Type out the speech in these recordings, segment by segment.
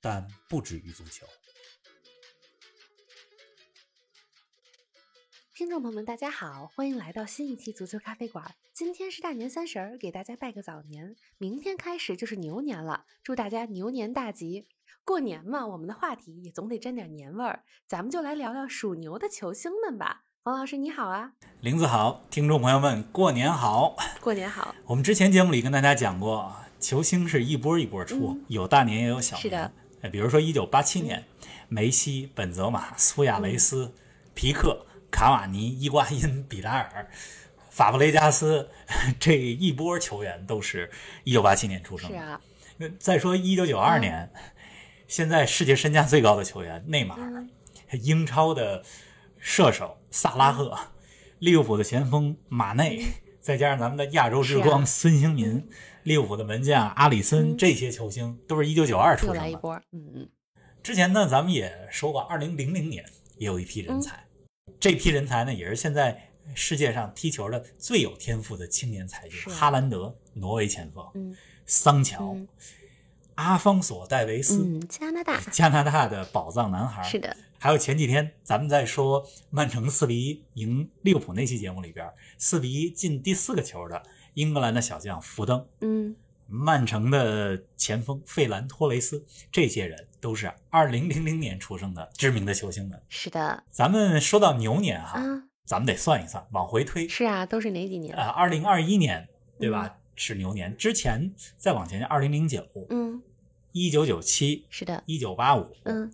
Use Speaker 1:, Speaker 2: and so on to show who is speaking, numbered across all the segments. Speaker 1: 但不止于足球。
Speaker 2: 听众朋友们，大家好，欢迎来到新一期足球咖啡馆。今天是大年三十儿，给大家拜个早年。明天开始就是牛年了，祝大家牛年大吉！过年嘛，我们的话题也总得沾点年味儿，咱们就来聊聊属牛的球星们吧。王老师你好啊，
Speaker 1: 林子好，听众朋友们，过年好！
Speaker 2: 过年好。
Speaker 1: 我们之前节目里跟大家讲过，球星是一波一波出，
Speaker 2: 嗯
Speaker 1: 有大年也有小
Speaker 2: 是的
Speaker 1: 年。呃比如说一九八七年，梅西、本泽马、苏亚雷
Speaker 2: 嗯
Speaker 1: 斯、皮克、卡瓦尼、伊瓜因、比达尔、法布雷加斯 这一波球员都是一九八七年出生
Speaker 2: 是
Speaker 1: 的。
Speaker 2: 啊，嗯
Speaker 1: 那再说一九九二年，现在世界身价最高的球员内马尔
Speaker 2: 嗯，
Speaker 1: 英超的射手萨拉赫，
Speaker 2: 嗯
Speaker 1: 利物浦的前锋马内，再加上咱们的亚洲之光孙兴民，利物浦的门将阿里
Speaker 2: 啊
Speaker 1: 森，
Speaker 2: 嗯
Speaker 1: 这些球星都是一九九二出
Speaker 2: 又
Speaker 1: 生
Speaker 2: 来一
Speaker 1: 的。
Speaker 2: 波。嗯嗯，
Speaker 1: 之前呢，咱们也说过，二零零零年也有一批
Speaker 2: 嗯
Speaker 1: 人才，这批人才呢，也是现在世界上踢球的最有天赋的青年才俊
Speaker 2: 是
Speaker 1: 哈兰德，挪威前锋，
Speaker 2: 嗯
Speaker 1: 桑乔。
Speaker 2: 嗯
Speaker 1: 阿方索·戴维斯，
Speaker 2: 嗯，加拿大
Speaker 1: 加拿大的宝藏男孩。
Speaker 2: 是。的，
Speaker 1: 还有前几天咱们在说曼城四比一赢利物浦那期节目里边，四比一进第四个球的英格兰的小将福登，
Speaker 2: 嗯，
Speaker 1: 曼城的前锋费兰托雷斯，这些人都是二零零零年出生的知名的球星们。
Speaker 2: 是的
Speaker 1: 咱们说到牛年哈，
Speaker 2: 啊，
Speaker 1: 咱们得算一算，往回推，
Speaker 2: 是啊，都是哪几年？
Speaker 1: 呃，二零二一年对吧？是牛年，之前再往前，二零零九、
Speaker 2: 嗯，
Speaker 1: 一九九七、
Speaker 2: 是的，
Speaker 1: 一九八五，
Speaker 2: 嗯，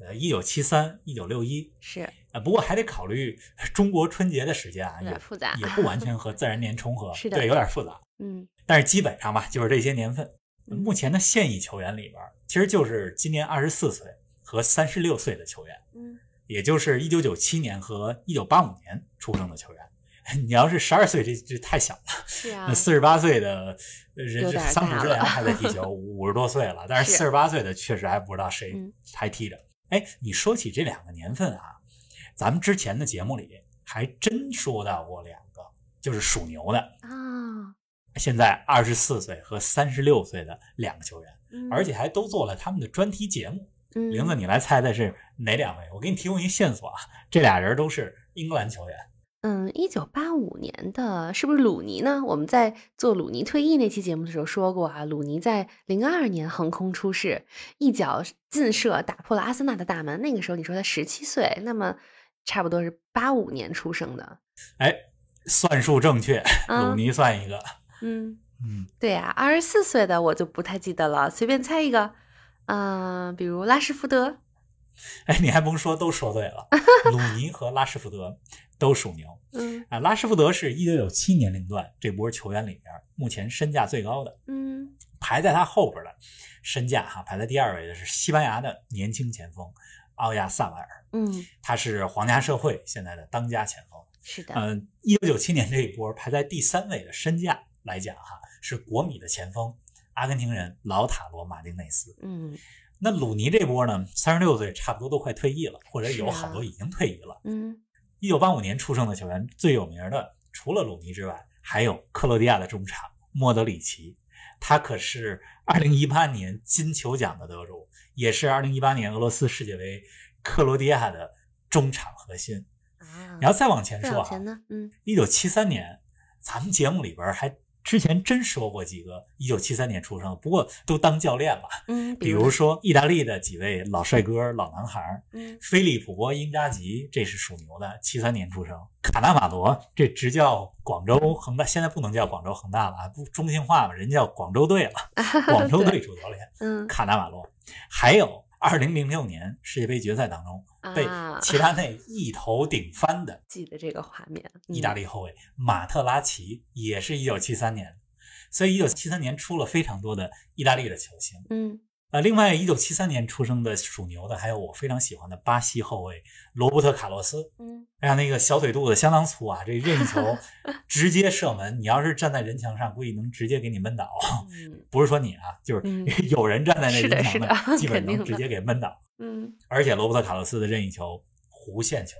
Speaker 1: 呃，一九七三、一九六一，
Speaker 2: 是
Speaker 1: 呃，不过还得考虑中国春节的时间啊，
Speaker 2: 有点
Speaker 1: 也
Speaker 2: 复杂。
Speaker 1: 也不完全和自然年重 合，
Speaker 2: 是的
Speaker 1: 对，有点复杂。
Speaker 2: 嗯
Speaker 1: 但是基本上吧，就是这些年份。
Speaker 2: 嗯
Speaker 1: 目前的现役球员里边，其实就是今年二十四岁和三十六岁的球员，
Speaker 2: 嗯，
Speaker 1: 也就是一九九七年和一九八五年出生的球员。 你要是十二岁，这这太小了。
Speaker 2: 是啊
Speaker 1: 那，四十八岁的呃人
Speaker 2: 有
Speaker 1: 是
Speaker 2: 点
Speaker 1: 桑普
Speaker 2: 大
Speaker 1: 这
Speaker 2: 了
Speaker 1: 样还在踢球，五十多岁了，但是
Speaker 2: 是
Speaker 1: 四十八岁的确实还不知道谁
Speaker 2: 嗯
Speaker 1: 还踢着。哎、你说起这两个年份啊，咱们之前的节目里还真说到过两个，就是属牛的，
Speaker 2: 啊，
Speaker 1: 现在二十四岁和三十六岁的两个球员，
Speaker 2: 嗯
Speaker 1: 而且还都做了他们的专题节目。
Speaker 2: 嗯
Speaker 1: 玲子，你来猜猜是哪两位？我给你提供一线索啊，这俩人都是英格兰球员。
Speaker 2: 嗯，一九八五年的是不是鲁尼呢？我们在做鲁尼退役那期节目的时候说过啊，鲁尼在零二年横空出世，一脚劲射打破了阿森纳的大门。那个时候你说他十七岁，那么差不多是八五年出生的。
Speaker 1: 算术正确，
Speaker 2: 啊
Speaker 1: 鲁尼算一个。
Speaker 2: 嗯，
Speaker 1: 嗯，
Speaker 2: 对呀、啊，二十四岁的我就不太记得了，随便猜一个，嗯、比如拉什福德，
Speaker 1: 哎，你还甭说，都说对 了。鲁尼和拉什福德都属牛
Speaker 2: 嗯
Speaker 1: 啊。拉什福德是一九九七年龄段这波球员里边目前身价最高的，
Speaker 2: 嗯
Speaker 1: 排在他后边的身价哈、排在第二位的是西班牙的年轻前锋奥亚萨瓦尔，
Speaker 2: 嗯，
Speaker 1: 他是皇家社会现在的当家前锋。
Speaker 2: 是的，
Speaker 1: 嗯、一九九七年这一波排在第三位的身价来讲哈、是国米的前锋阿根廷人老塔罗马丁内斯。
Speaker 2: 嗯
Speaker 1: 那鲁尼这波呢，三十六岁差不多都快退役了，或者
Speaker 2: 是
Speaker 1: 有
Speaker 2: 啊
Speaker 1: 好多已经退役了。
Speaker 2: 嗯
Speaker 1: 一九八五年出生的球员最有名的，除了鲁尼之外，还有克罗地亚的中场莫德里奇，他可是二零一八年金球奖的得主，也是二零一八年俄罗斯世界杯克罗地亚的中场核心。
Speaker 2: 啊
Speaker 1: 你，要再往前
Speaker 2: 再
Speaker 1: 说
Speaker 2: 往
Speaker 1: 啊
Speaker 2: 前，呢，嗯
Speaker 1: 一九七三年，咱们节目里边还之前真说过几个一九七三年出生的，不过都当教练了。
Speaker 2: 嗯，
Speaker 1: 比
Speaker 2: 如
Speaker 1: 如说意大利的几位老帅哥、老男孩儿，
Speaker 2: 嗯
Speaker 1: 菲利普波因扎吉，这是属牛的，七三年出生；卡纳马罗，这执教广州恒大，现在不能叫广州恒大了啊，不中性化吧，人叫广州队了，广州队主教练
Speaker 2: 嗯
Speaker 1: 卡纳马罗。还有2006年世界杯决赛当中被
Speaker 2: 啊，
Speaker 1: 齐达内一头顶翻的
Speaker 2: 记得这个画面，嗯
Speaker 1: 意大
Speaker 2: 利，
Speaker 1: 利后卫马特拉齐，也是一九七三年，所以一九七三年出了非常多的意大利的球星。
Speaker 2: 嗯
Speaker 1: 呃，另外，一九七三年出生的属牛的，还有我非常喜欢的巴西后卫罗伯特·卡洛斯。
Speaker 2: 嗯，
Speaker 1: 哎呀，那个小腿肚子相当粗啊，这任 意球直接射门，你要是站在人墙上，估计能直接给你闷倒。
Speaker 2: 嗯
Speaker 1: 不是说你啊，就是
Speaker 2: 嗯
Speaker 1: 有人站在那
Speaker 2: 是的
Speaker 1: 人墙
Speaker 2: 是的
Speaker 1: 上，基本
Speaker 2: 肯定
Speaker 1: 能
Speaker 2: 的
Speaker 1: 直接给闷倒。
Speaker 2: 嗯
Speaker 1: 而且罗伯特·卡洛斯的任意球弧线球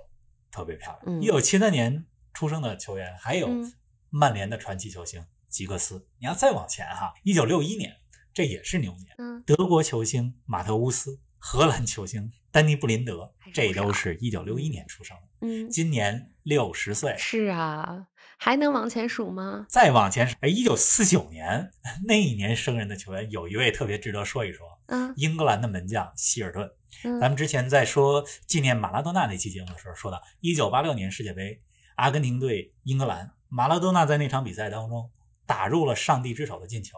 Speaker 1: 特别漂亮。
Speaker 2: 嗯
Speaker 1: 一九七三年出生的球员，还有
Speaker 2: 嗯
Speaker 1: 曼联的传奇球星吉格斯。你要再往前哈，一九六一年，这也是牛年。
Speaker 2: 嗯，
Speaker 1: 德国球星马特乌斯、荷兰球星丹尼布林德
Speaker 2: 还，是
Speaker 1: 这
Speaker 2: 哎不
Speaker 1: 都
Speaker 2: 少
Speaker 1: 是一九六一年出生的，
Speaker 2: 嗯，
Speaker 1: 今年六十岁。
Speaker 2: 是啊，还能往前数吗？
Speaker 1: 再往前是，哎，一九四九年 那一年生人的球员，有一位特别值得说一说，
Speaker 2: 嗯
Speaker 1: 英格兰的门将希尔顿。咱
Speaker 2: 嗯
Speaker 1: 们之前在说纪念马拉多纳那期节目的时候，说到一九八六年世界杯，阿根廷对英格兰，马拉多纳在那场比赛当中打入了上帝之手的进球，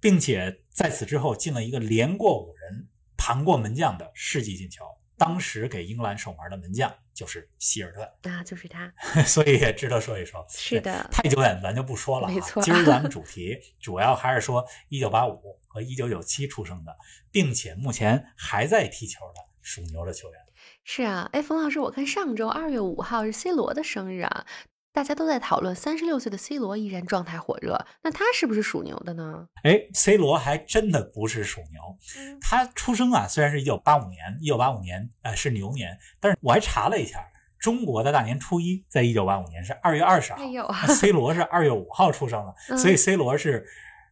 Speaker 1: 并且在此之后进了一个连过五人、盘过门将的世纪进球。当时给英格兰守门的门将就是希尔顿，
Speaker 2: 啊，就是他，
Speaker 1: 所以也值得说一说。
Speaker 2: 是的，
Speaker 1: 太久远咱就不说了、啊。
Speaker 2: 没错
Speaker 1: 今儿咱们主题主要还是说一九八五和一九九七出生的，并且目前还在踢球的属牛的球员。
Speaker 2: 是啊。哎，冯老师，我看上周二月五号是 C 罗的生日啊，大家都在讨论三十六岁的 C 罗依然状态火热，那他是不是属牛的呢？
Speaker 1: 哎，C 罗还真的不是属牛，
Speaker 2: 嗯
Speaker 1: 他出生啊，虽然是一九八五年，一九八五年呃是牛年，但是我还查了一下，中国的大年初一在一九八五年是二月二十号、
Speaker 2: 哎呦啊，嗯
Speaker 1: c 罗是二月五号出生的，所以 C 罗是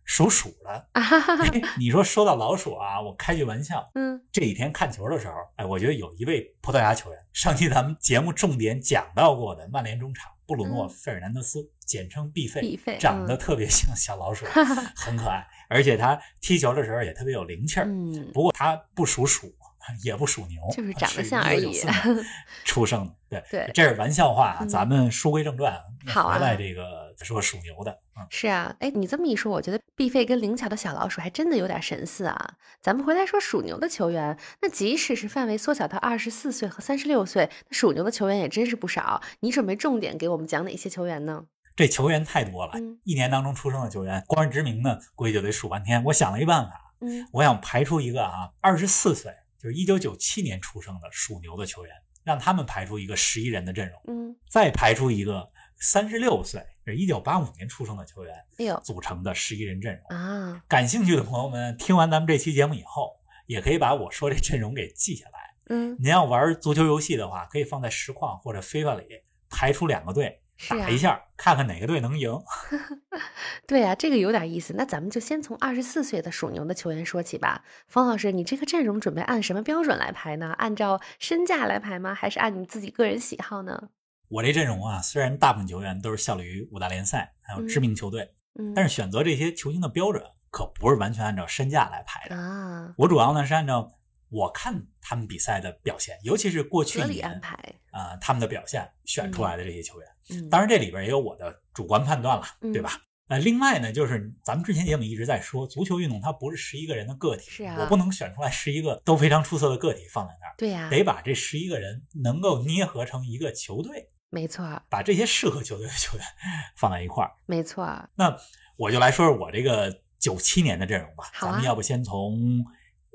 Speaker 1: 属鼠 的。
Speaker 2: 啊哈哈哈，
Speaker 1: 哎你说说到老鼠啊，我开句玩笑，
Speaker 2: 嗯
Speaker 1: 这几天看球的时候，哎，我觉得有一位葡萄牙球员，上期咱们节目重点讲到过的曼联中场布鲁诺·
Speaker 2: 嗯
Speaker 1: 费尔南德斯，简称毕费，
Speaker 2: 必费
Speaker 1: 长得
Speaker 2: 嗯
Speaker 1: 特别像小 老鼠，很可爱，而且他踢球的时候也特别有灵气儿。
Speaker 2: 嗯，
Speaker 1: 不过他不属鼠，也不属牛，啊
Speaker 2: 就是长得像而已
Speaker 1: 1994年出生的，对，
Speaker 2: 对
Speaker 1: 这是玩笑话啊。
Speaker 2: 嗯
Speaker 1: 咱们书归正传，
Speaker 2: 好啊
Speaker 1: 回来这个说属牛的，嗯，
Speaker 2: 是啊，哎，你这么一说，我觉得毕费跟灵巧的小老鼠还真的有点神似啊。咱们回来说属牛的球员，那即使是范围缩小到二十四岁和三十六岁，那属牛的球员也真是不少。你准备重点给我们讲哪些球员呢？
Speaker 1: 这球员太多了，
Speaker 2: 嗯
Speaker 1: 一年当中出生的球员，光是殖民呢，估计就得数半天。我想了一办法。
Speaker 2: 嗯
Speaker 1: 我想排除一个啊，二十四岁，就是一九九七年出生的属牛的球员，让他们排出一个十一人的阵容，
Speaker 2: 嗯，
Speaker 1: 再排出一个三十六岁，是一九八五年出生的球员
Speaker 2: 哎呦
Speaker 1: 组成的十一人阵容。
Speaker 2: 啊，
Speaker 1: 感兴趣的朋友们，听完咱们这期节目以后，也可以把我说这阵容给记下来。
Speaker 2: 嗯，
Speaker 1: 您要玩足球游戏的话，可以放在实况或者 FIFA 里排出两个队
Speaker 2: 是啊
Speaker 1: 打一，下，看看哪个队能赢。
Speaker 2: 对啊，这个有点意思。那咱们就先从二十四岁的属牛的球员说起吧。方老师，你这个阵容准备按什么标准来排呢？按照身价来排吗？还是按你自己个人喜好呢？
Speaker 1: 我这阵容啊，虽然大部分球员都是效力于五大联赛还有知名球队，
Speaker 2: 嗯，
Speaker 1: 但是选择这些球星的标准可不是完全按照身价来排的。
Speaker 2: 啊，
Speaker 1: 我主要呢是按照我看他们比赛的表现，尤其是过去
Speaker 2: 合
Speaker 1: 一
Speaker 2: 理
Speaker 1: 年
Speaker 2: 安排。
Speaker 1: 啊、呃他们的表现选出来的这些球员。
Speaker 2: 嗯，
Speaker 1: 当然，这里边也有我的主观判断了，对吧？呃，另外呢，就是咱们之前节目一直在说，足球运动它不是十一个人的个体，
Speaker 2: 是啊
Speaker 1: 我不能选出来十一个都非常出色的个体放在那儿，
Speaker 2: 对呀、
Speaker 1: 得把这十一个人能够捏合成一个球队，
Speaker 2: 没错儿，
Speaker 1: 把这些适合球队的球员 放在一块儿。
Speaker 2: 没错儿，
Speaker 1: 那我就来说说我这个九七年的阵容吧。
Speaker 2: 好啊
Speaker 1: 咱们要不先从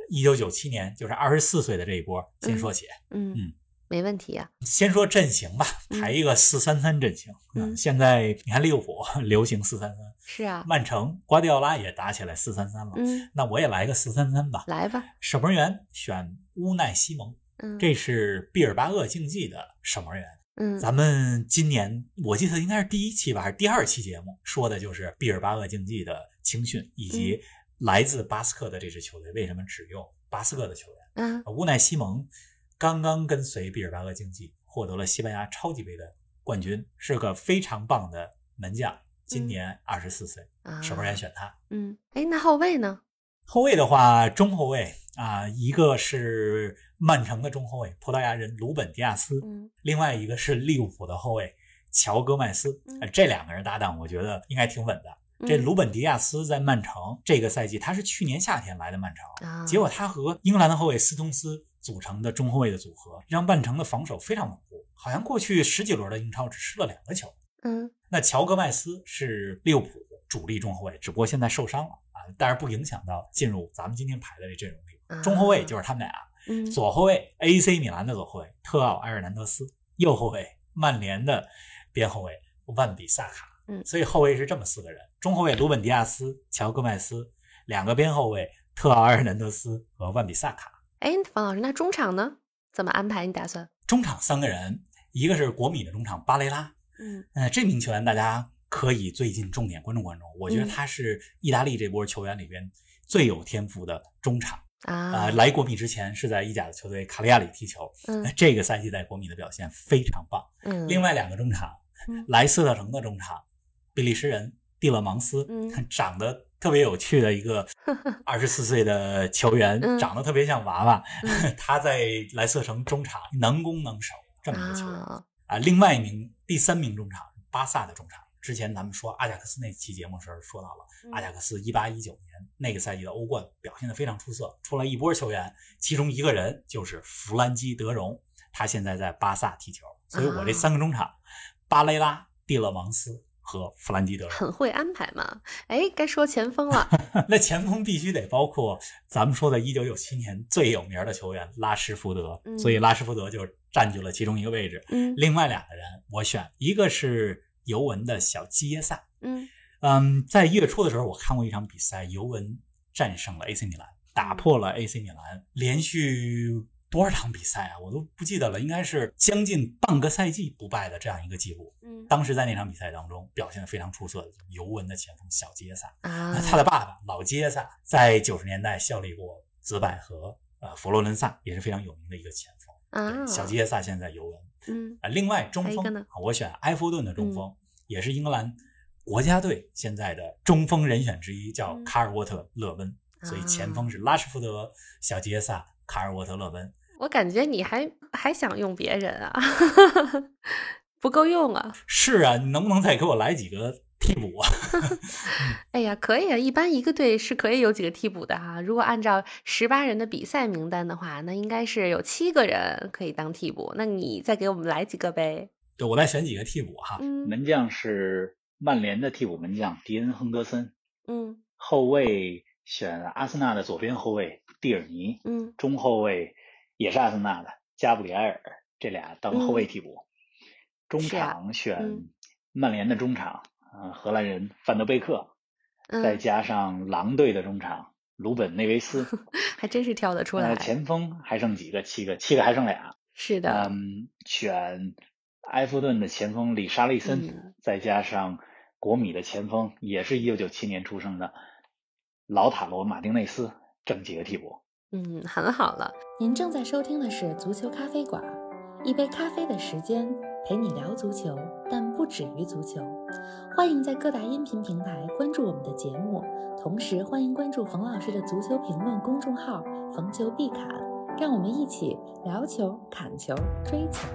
Speaker 1: 一九九七年，就是二十四岁的这一波先说起，
Speaker 2: 嗯，
Speaker 1: 嗯
Speaker 2: 没问题啊，
Speaker 1: 先说阵型吧，
Speaker 2: 嗯
Speaker 1: 排一个四三三阵型。
Speaker 2: 嗯
Speaker 1: 现在你看利物浦流行四三三，
Speaker 2: 是啊，
Speaker 1: 曼城瓜迪奥拉也打起来四三三了。
Speaker 2: 嗯，
Speaker 1: 那我也来个四三三吧。
Speaker 2: 来吧，
Speaker 1: 守门员选乌奈西蒙，
Speaker 2: 嗯，
Speaker 1: 这是毕尔巴鄂竞技的守门员。
Speaker 2: 嗯，
Speaker 1: 咱们今年我记得应该是第一期吧，还是第二期节目，说的就是毕尔巴鄂竞技的青训，以
Speaker 2: 嗯
Speaker 1: 及来自巴斯克的这支球队为什么只用巴斯克的球员。
Speaker 2: 嗯，
Speaker 1: 呃乌奈西蒙刚刚跟随毕尔巴鄂竞技获得了西班牙超级杯的冠军，是个非常棒的门将，今年二十四岁，
Speaker 2: 嗯啊，
Speaker 1: 守门员？选他。
Speaker 2: 嗯，哎，那后卫呢？
Speaker 1: 后卫的话，中后卫啊、一个是曼城的中后卫，葡萄牙人鲁本迪亚斯，
Speaker 2: 嗯，
Speaker 1: 另外一个是利物浦的后卫乔戈麦斯，呃
Speaker 2: 嗯
Speaker 1: 这两个人搭档，我觉得应该挺稳的。这
Speaker 2: 嗯
Speaker 1: 鲁本迪亚斯在曼城这个赛季，他是去年夏天来的曼城，
Speaker 2: 啊，
Speaker 1: 结果他和英格兰的后卫斯通斯组成的中后卫的组合，让曼城的防守非常稳固，好像过去十几轮的英超只失了两个球。
Speaker 2: 嗯，
Speaker 1: 那乔戈麦斯是利物浦主力中后卫，只不过现在受伤了啊，但是不影响到进入咱们今天排的这阵容里。中后卫
Speaker 2: 啊
Speaker 1: 就是他们俩，
Speaker 2: 嗯，
Speaker 1: 左后卫 AC 米兰的左后卫特奥埃尔南德斯，右后卫曼联的边后卫万比萨卡。
Speaker 2: 嗯
Speaker 1: 所以后卫是这么四个人：中后卫鲁本迪亚斯、乔戈麦斯，两个边后卫特奥埃尔南德斯和万比萨卡。
Speaker 2: 哎，冯老师，那中场呢？怎么安排？你打算？
Speaker 1: 中场三个人，一个是国米的中场巴雷拉，
Speaker 2: 嗯
Speaker 1: 呃，这名球员大家可以最近重点关注关注。我觉得
Speaker 2: 嗯
Speaker 1: 他是意大利这波球员里边最有天赋的中场。啊、
Speaker 2: 啊，
Speaker 1: 来国米之前是在意甲的球队卡利亚里踢球，呃
Speaker 2: 嗯
Speaker 1: 这个赛季在国米的表现非常棒。
Speaker 2: 嗯，
Speaker 1: 另外两个中场
Speaker 2: 嗯，
Speaker 1: 莱斯特城的中场，比利时人蒂勒芒斯，
Speaker 2: 嗯
Speaker 1: 长得特别有趣的一 个二十四岁的球员，
Speaker 2: 嗯
Speaker 1: 长得特别像娃娃。 他在莱斯特城中场能攻能守这么一个球员啊、
Speaker 2: 啊，
Speaker 1: 另外一名第三名中场，巴萨的中场。之前咱们说阿贾克斯那期节目时候说到了，
Speaker 2: 嗯
Speaker 1: 阿贾克斯一八一九年那个赛季的欧冠表现得非常出色，出了一波球员，其中一个人就是弗兰基德容，他现在在巴萨踢球。所以我这
Speaker 2: 啊
Speaker 1: 三个中场，巴雷拉、蒂勒芒斯和弗兰 基德容。
Speaker 2: 很会安排嘛。哎，该说前锋 了。
Speaker 1: 那前锋必须得包括咱们说的1997年最有名的球员拉什福德，
Speaker 2: 嗯
Speaker 1: 所以拉什福德就占据了其中一个位置。
Speaker 2: 嗯
Speaker 1: 另外两个人，我选一个是尤文的小基耶萨，
Speaker 2: 嗯
Speaker 1: 嗯，在一月初的时候，我看过一场比赛，尤文战胜了 AC 米兰，打破了 AC 米兰连续多少场比赛啊，我都不记得了，应该是将近半个赛季不败的这样一个记录。
Speaker 2: 嗯
Speaker 1: 当时在那场比赛当中，表现得非常出色的尤文的前锋小杰萨，
Speaker 2: 啊
Speaker 1: 那，他的爸爸老杰萨在九十年代效力过紫百合、呃佛罗伦萨，也是非常有名的一个前锋。
Speaker 2: 啊，
Speaker 1: 对，小杰萨现在在尤文。
Speaker 2: 嗯
Speaker 1: 啊，另外中
Speaker 2: 还有一
Speaker 1: 锋
Speaker 2: 个呢嗯
Speaker 1: 啊我选埃弗顿的中锋，也是英格兰国家队现在的中锋人选之一，叫
Speaker 2: 嗯啊
Speaker 1: 卡尔沃特勒温。所以前锋是拉什福德、小杰萨、卡尔沃特勒温。
Speaker 2: 我感觉你还还想用别人啊， 不够用啊。
Speaker 1: 是啊，你能不能再给我来几个替补啊？
Speaker 2: 哎呀，可以啊，一般一个队是可以有几个替补的哈。如果按照十八人的比赛名单的话，那应该是有七个人可以当替补。那你再给我们来几个呗？
Speaker 1: 对，我再选几个替补哈。
Speaker 2: 嗯
Speaker 3: 门将是曼联的替补门将迪恩·亨德森，
Speaker 2: 嗯
Speaker 3: 后卫选阿森纳的左边后卫蒂尔尼，
Speaker 2: 嗯
Speaker 3: 中后卫也是阿森纳的加布里埃尔，这俩当后卫替补。中
Speaker 2: 嗯是啊
Speaker 3: 场选
Speaker 2: 嗯
Speaker 3: 曼联的中场，呃，荷兰人范德贝克，再
Speaker 2: 嗯，
Speaker 3: 加上狼队的中场鲁本内维 斯。
Speaker 2: 还真是挑得出来
Speaker 3: 呃，。前锋还剩几个？七个，七个还剩俩。
Speaker 2: 是的，
Speaker 3: 嗯，选埃弗顿的前锋里沙利森，
Speaker 2: 嗯
Speaker 3: 再加上国米的前锋，也是一九九七年出生的老塔罗马丁内斯，这么几个替补。
Speaker 2: 嗯，很好了。
Speaker 4: 您正在收听的是《足球咖啡馆》，一杯咖啡的时间陪你聊足球，但不止于足球。欢迎在各大音频平台关注我们的节目，同时欢迎关注冯老师的足球评论公众号“冯球必侃”，让我们一起聊球、砍球、追球。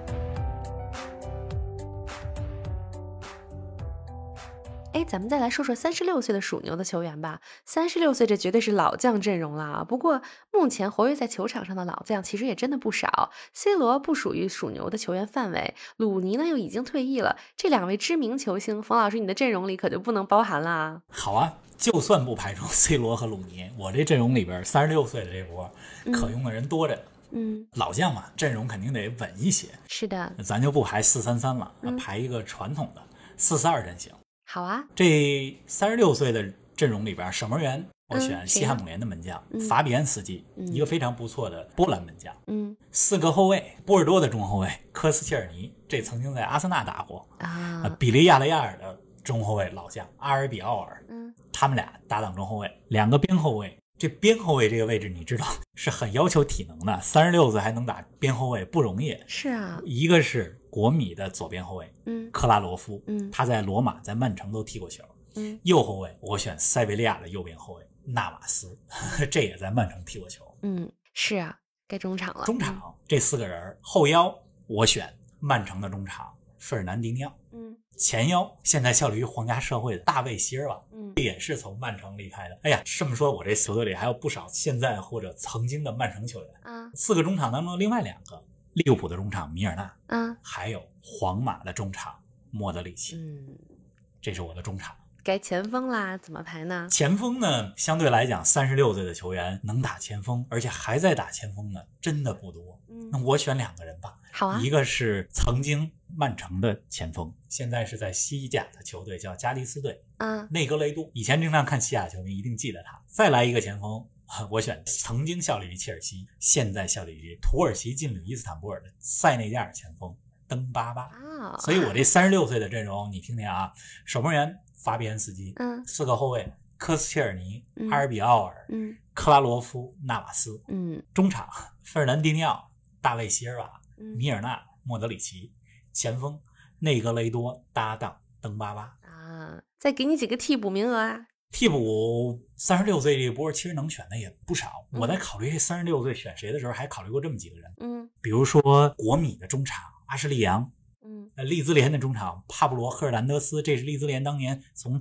Speaker 2: 哎，咱们再来说说三十六岁的属牛的球员吧。三十六岁，这绝对是老将阵容了啊！不过，目前活跃在球场上的老将其实也真的不少。C 罗不属于属牛的球员范围，鲁尼呢又已经退役了。这两位知名球星，冯老师，你的阵容里可就不能包含啦。
Speaker 1: 好啊，就算不排除 C 罗和鲁尼，我这阵容里边三十六岁的这波可用的人多着呢。
Speaker 2: 嗯，
Speaker 1: 老将嘛，阵容肯定得稳一些，
Speaker 2: 是的，
Speaker 1: 咱就不排四三三了，
Speaker 2: 嗯
Speaker 1: 排一个传统的四四二阵型。
Speaker 2: 好啊，
Speaker 1: 这三十六岁的阵容里边，守门员我选
Speaker 2: 嗯
Speaker 1: 西汉姆联的门将、
Speaker 2: 嗯
Speaker 1: 法比安斯基，
Speaker 2: 嗯
Speaker 1: 一个非常不错的波兰门将。
Speaker 2: 嗯
Speaker 1: 四个后卫，波尔多的中后卫科斯切尔尼，这曾经在阿森纳打过。啊，
Speaker 2: 啊，
Speaker 1: 比利亚雷亚尔的中后卫老将阿尔比奥尔，
Speaker 2: 嗯
Speaker 1: 他们俩搭档中后卫，两个边后卫。这边后卫这个位置，你知道是很要求体能的，三十六岁还能打边后卫不容易。
Speaker 2: 是啊，
Speaker 1: 一个是国米的左边后卫
Speaker 2: 嗯
Speaker 1: 克拉罗夫，
Speaker 2: 嗯
Speaker 1: 他在罗马、在曼城都踢过球。
Speaker 2: 嗯
Speaker 1: 右后卫我选塞维利亚的右边后卫纳瓦斯， 这也在曼城踢过球。
Speaker 2: 嗯，是啊，该中场了。
Speaker 1: 中场这四个人儿，后腰我选曼城的中场费尔南迪尼奥，
Speaker 2: 嗯，
Speaker 1: 前腰现在效力于皇家社会的大卫席尔瓦，
Speaker 2: 嗯嗯，
Speaker 1: 也是从曼城离开的。哎呀，这么说，我这球队里还有不少现在或者曾经的曼城球员。
Speaker 2: 啊
Speaker 1: 四个中场当中，另外两个利物浦的中场米尔纳，
Speaker 2: 啊，
Speaker 1: 还有皇马的中场莫德里奇，
Speaker 2: 嗯，
Speaker 1: 这是我的中场。
Speaker 2: 该前锋啦，怎么排呢？
Speaker 1: 前锋呢，相对来讲，三十六岁的球员能打前锋，而且还在打前锋的，真的不多。那
Speaker 2: 嗯，
Speaker 1: 我选两个人吧，
Speaker 2: 好啊
Speaker 1: 一，个是曾经曼城的前锋，现在是在西甲的球队叫加的斯队，
Speaker 2: 嗯，
Speaker 1: 内格雷杜。以前经常看西甲球迷一定记得他。再来一个前锋，我选曾经效力于切尔西，现在效力于土耳其劲旅伊斯坦布尔的塞内加尔前锋登巴巴。
Speaker 2: 啊，
Speaker 1: 所以我这三十六岁的阵容，你听听啊，守门员法比安斯基，
Speaker 2: 嗯
Speaker 1: 四个后卫科斯切尔尼
Speaker 2: 嗯、
Speaker 1: 阿尔比奥尔、
Speaker 2: 嗯
Speaker 1: 克拉罗夫、纳瓦斯，
Speaker 2: 嗯
Speaker 1: 中场费尔南迪尼奥、大卫席尔瓦、
Speaker 2: 嗯，
Speaker 1: 米尔纳、莫德里奇，前锋内格雷多搭档登巴巴。
Speaker 2: 啊，再给你几个替补名额啊，
Speaker 1: 替补三十六岁这一波，其实能选的也不少。我在考虑这三十六岁选谁的时候，还考虑过这么几个人，
Speaker 2: 嗯
Speaker 1: 比如说国米的中场阿什利杨，
Speaker 2: 嗯
Speaker 1: 呃，利兹联的中场帕布罗·赫尔南德斯，这是利兹联当年从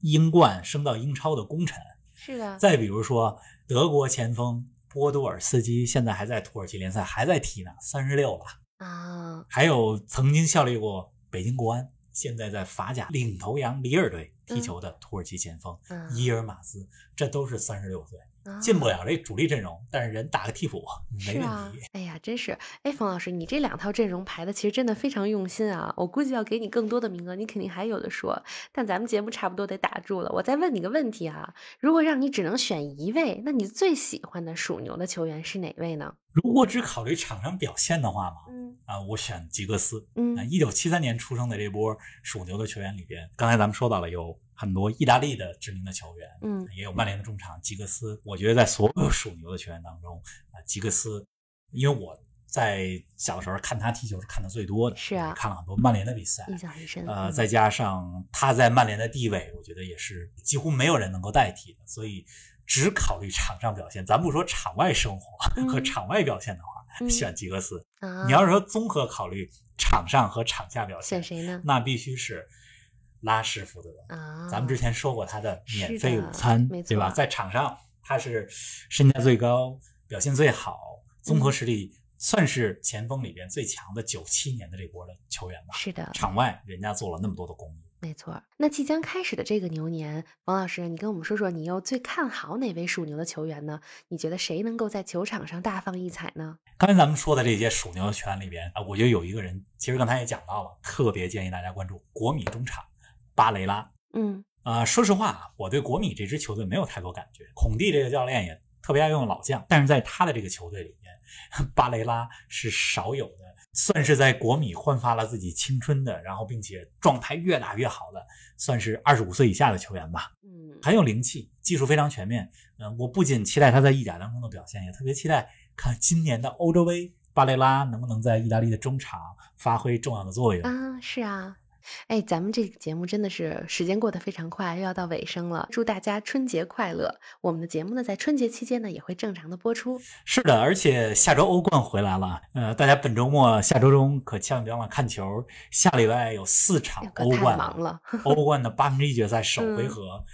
Speaker 1: 英冠升到英超的功臣。
Speaker 2: 是的，
Speaker 1: 再比如说德国前锋波多尔斯基，现在还在土耳其联赛还在踢呢，三十六了。
Speaker 2: 啊，
Speaker 1: 还有曾经效力过北京国安，现在在法甲领头羊里尔队踢球的土耳其前锋、
Speaker 2: 嗯
Speaker 1: 伊尔马斯，这都是三十六岁，
Speaker 2: 啊
Speaker 1: 进不了这主力阵容，但是人打个替补没
Speaker 2: 是
Speaker 1: 问
Speaker 2: 啊
Speaker 1: 题。，
Speaker 2: 哎呀，真是，哎，冯老师，你这两套阵容排的其实真的非常用心啊，我估计要给你更多的名额，你肯定还有的说。但咱们节目差不多得打住了，我再问你个问题啊，如果让你只能选一位，那你最喜欢的属牛的球员是哪位呢？
Speaker 1: 如果只考虑场上表现的话嘛，
Speaker 2: 嗯
Speaker 1: 啊，我选吉格斯。啊，
Speaker 2: 嗯
Speaker 1: 一九七三年出生的这波属牛的球员里边，刚才咱们说到了有很多意大利的知名的球员，
Speaker 2: 嗯
Speaker 1: 也有曼联的中场吉格斯。我觉得在所有属牛的球员当中，啊，吉格斯，因为我在小时候看他踢球是看的最多的，
Speaker 2: 是啊
Speaker 1: 也看了很多曼联的比赛，
Speaker 2: 印象很深。
Speaker 1: 呃，
Speaker 2: 嗯
Speaker 1: 再加上他在曼联的地位，我觉得也是几乎没有人能够代替的，所以只考虑场上表现，咱不说场外生活和
Speaker 2: 嗯
Speaker 1: 场外表现的话，
Speaker 2: 嗯
Speaker 1: 选吉格斯。
Speaker 2: 啊，
Speaker 1: 你要是说综合考虑场上和场下表
Speaker 2: 选
Speaker 1: 现，
Speaker 2: 谁呢？
Speaker 1: 那必须是拉什福德。
Speaker 2: 啊，
Speaker 1: 咱们之前说过他的免费午
Speaker 2: 是
Speaker 1: 餐
Speaker 2: 的没，错
Speaker 1: 对吧？在场上他是身价最高、表现最好、综
Speaker 2: 嗯
Speaker 1: 合实力算是前锋里边最强的九七年的这波的球员吧。
Speaker 2: 是的，
Speaker 1: 场外人家做了那么多的公益，
Speaker 2: 没错儿。那即将开始的这个牛年，王老师，你跟我们说说，你又最看好哪位属牛的球员呢？你觉得谁能够在球场上大放异彩呢？
Speaker 1: 刚才咱们说的这些属牛的球员里边啊，我觉得有一个人，其实刚才也讲到了，特别建议大家关注国米中场巴雷拉。
Speaker 2: 嗯
Speaker 1: 呃，说实话啊，我对国米这支球队没有太多感觉。孔蒂这个教练也特别爱用老将，但是在他的这个球队里面， 巴雷拉是少有的，算是在国米焕发了自己青春的，然后并且状态越打越好的，算是二十五岁以下的球员吧，
Speaker 2: 嗯，
Speaker 1: 很有灵气，技术非常全面。嗯、我不仅期待他在意甲当中的表现，也特别期待看今年的欧洲杯，巴雷拉能不能在意大利的中场发挥重要的作用。
Speaker 2: 啊，是啊。哎，咱们这个节目真的是时间过得非常快，又要到尾声了。祝大家春节快乐！我们的节目呢，在春节期间呢，也会正常的播出。
Speaker 1: 是的，而且下周欧冠回来了，呃，大家本周末、下周中可千万别忘了看球。下礼拜有四场
Speaker 2: 哎呦可
Speaker 1: 欧
Speaker 2: 太
Speaker 1: 冠
Speaker 2: 忙
Speaker 1: 了，
Speaker 2: 了，
Speaker 1: 欧冠的八分之一决赛首回
Speaker 2: 嗯
Speaker 1: 合，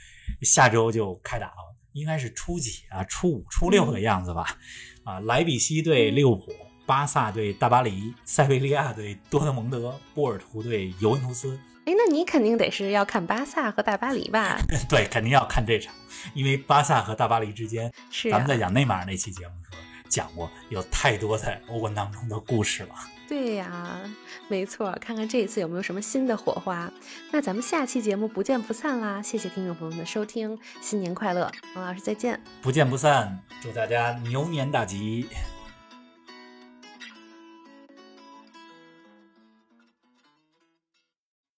Speaker 1: 下周就开打了，应该是初几啊？初五、初六的样子吧。
Speaker 2: 嗯
Speaker 1: 啊，莱比锡对利物浦，巴萨对大巴黎，塞维利亚对多特蒙德，波尔图对尤文图斯。
Speaker 2: 哎，那你肯定得是要看巴萨和大巴黎吧？
Speaker 1: 对，肯定要看这场，因为巴萨和大巴黎之间
Speaker 2: 是
Speaker 1: 咱
Speaker 2: 啊
Speaker 1: 们，在讲内马尔那期节目的时候讲过，有太多在欧冠当中的故事了。
Speaker 2: 对呀、没错，看看这一次有没有什么新的火花。那咱们下期节目不见不散啦！谢谢听众朋友们的收听，新年快乐，王老师再见。
Speaker 1: 不见不散，祝大家牛年大吉！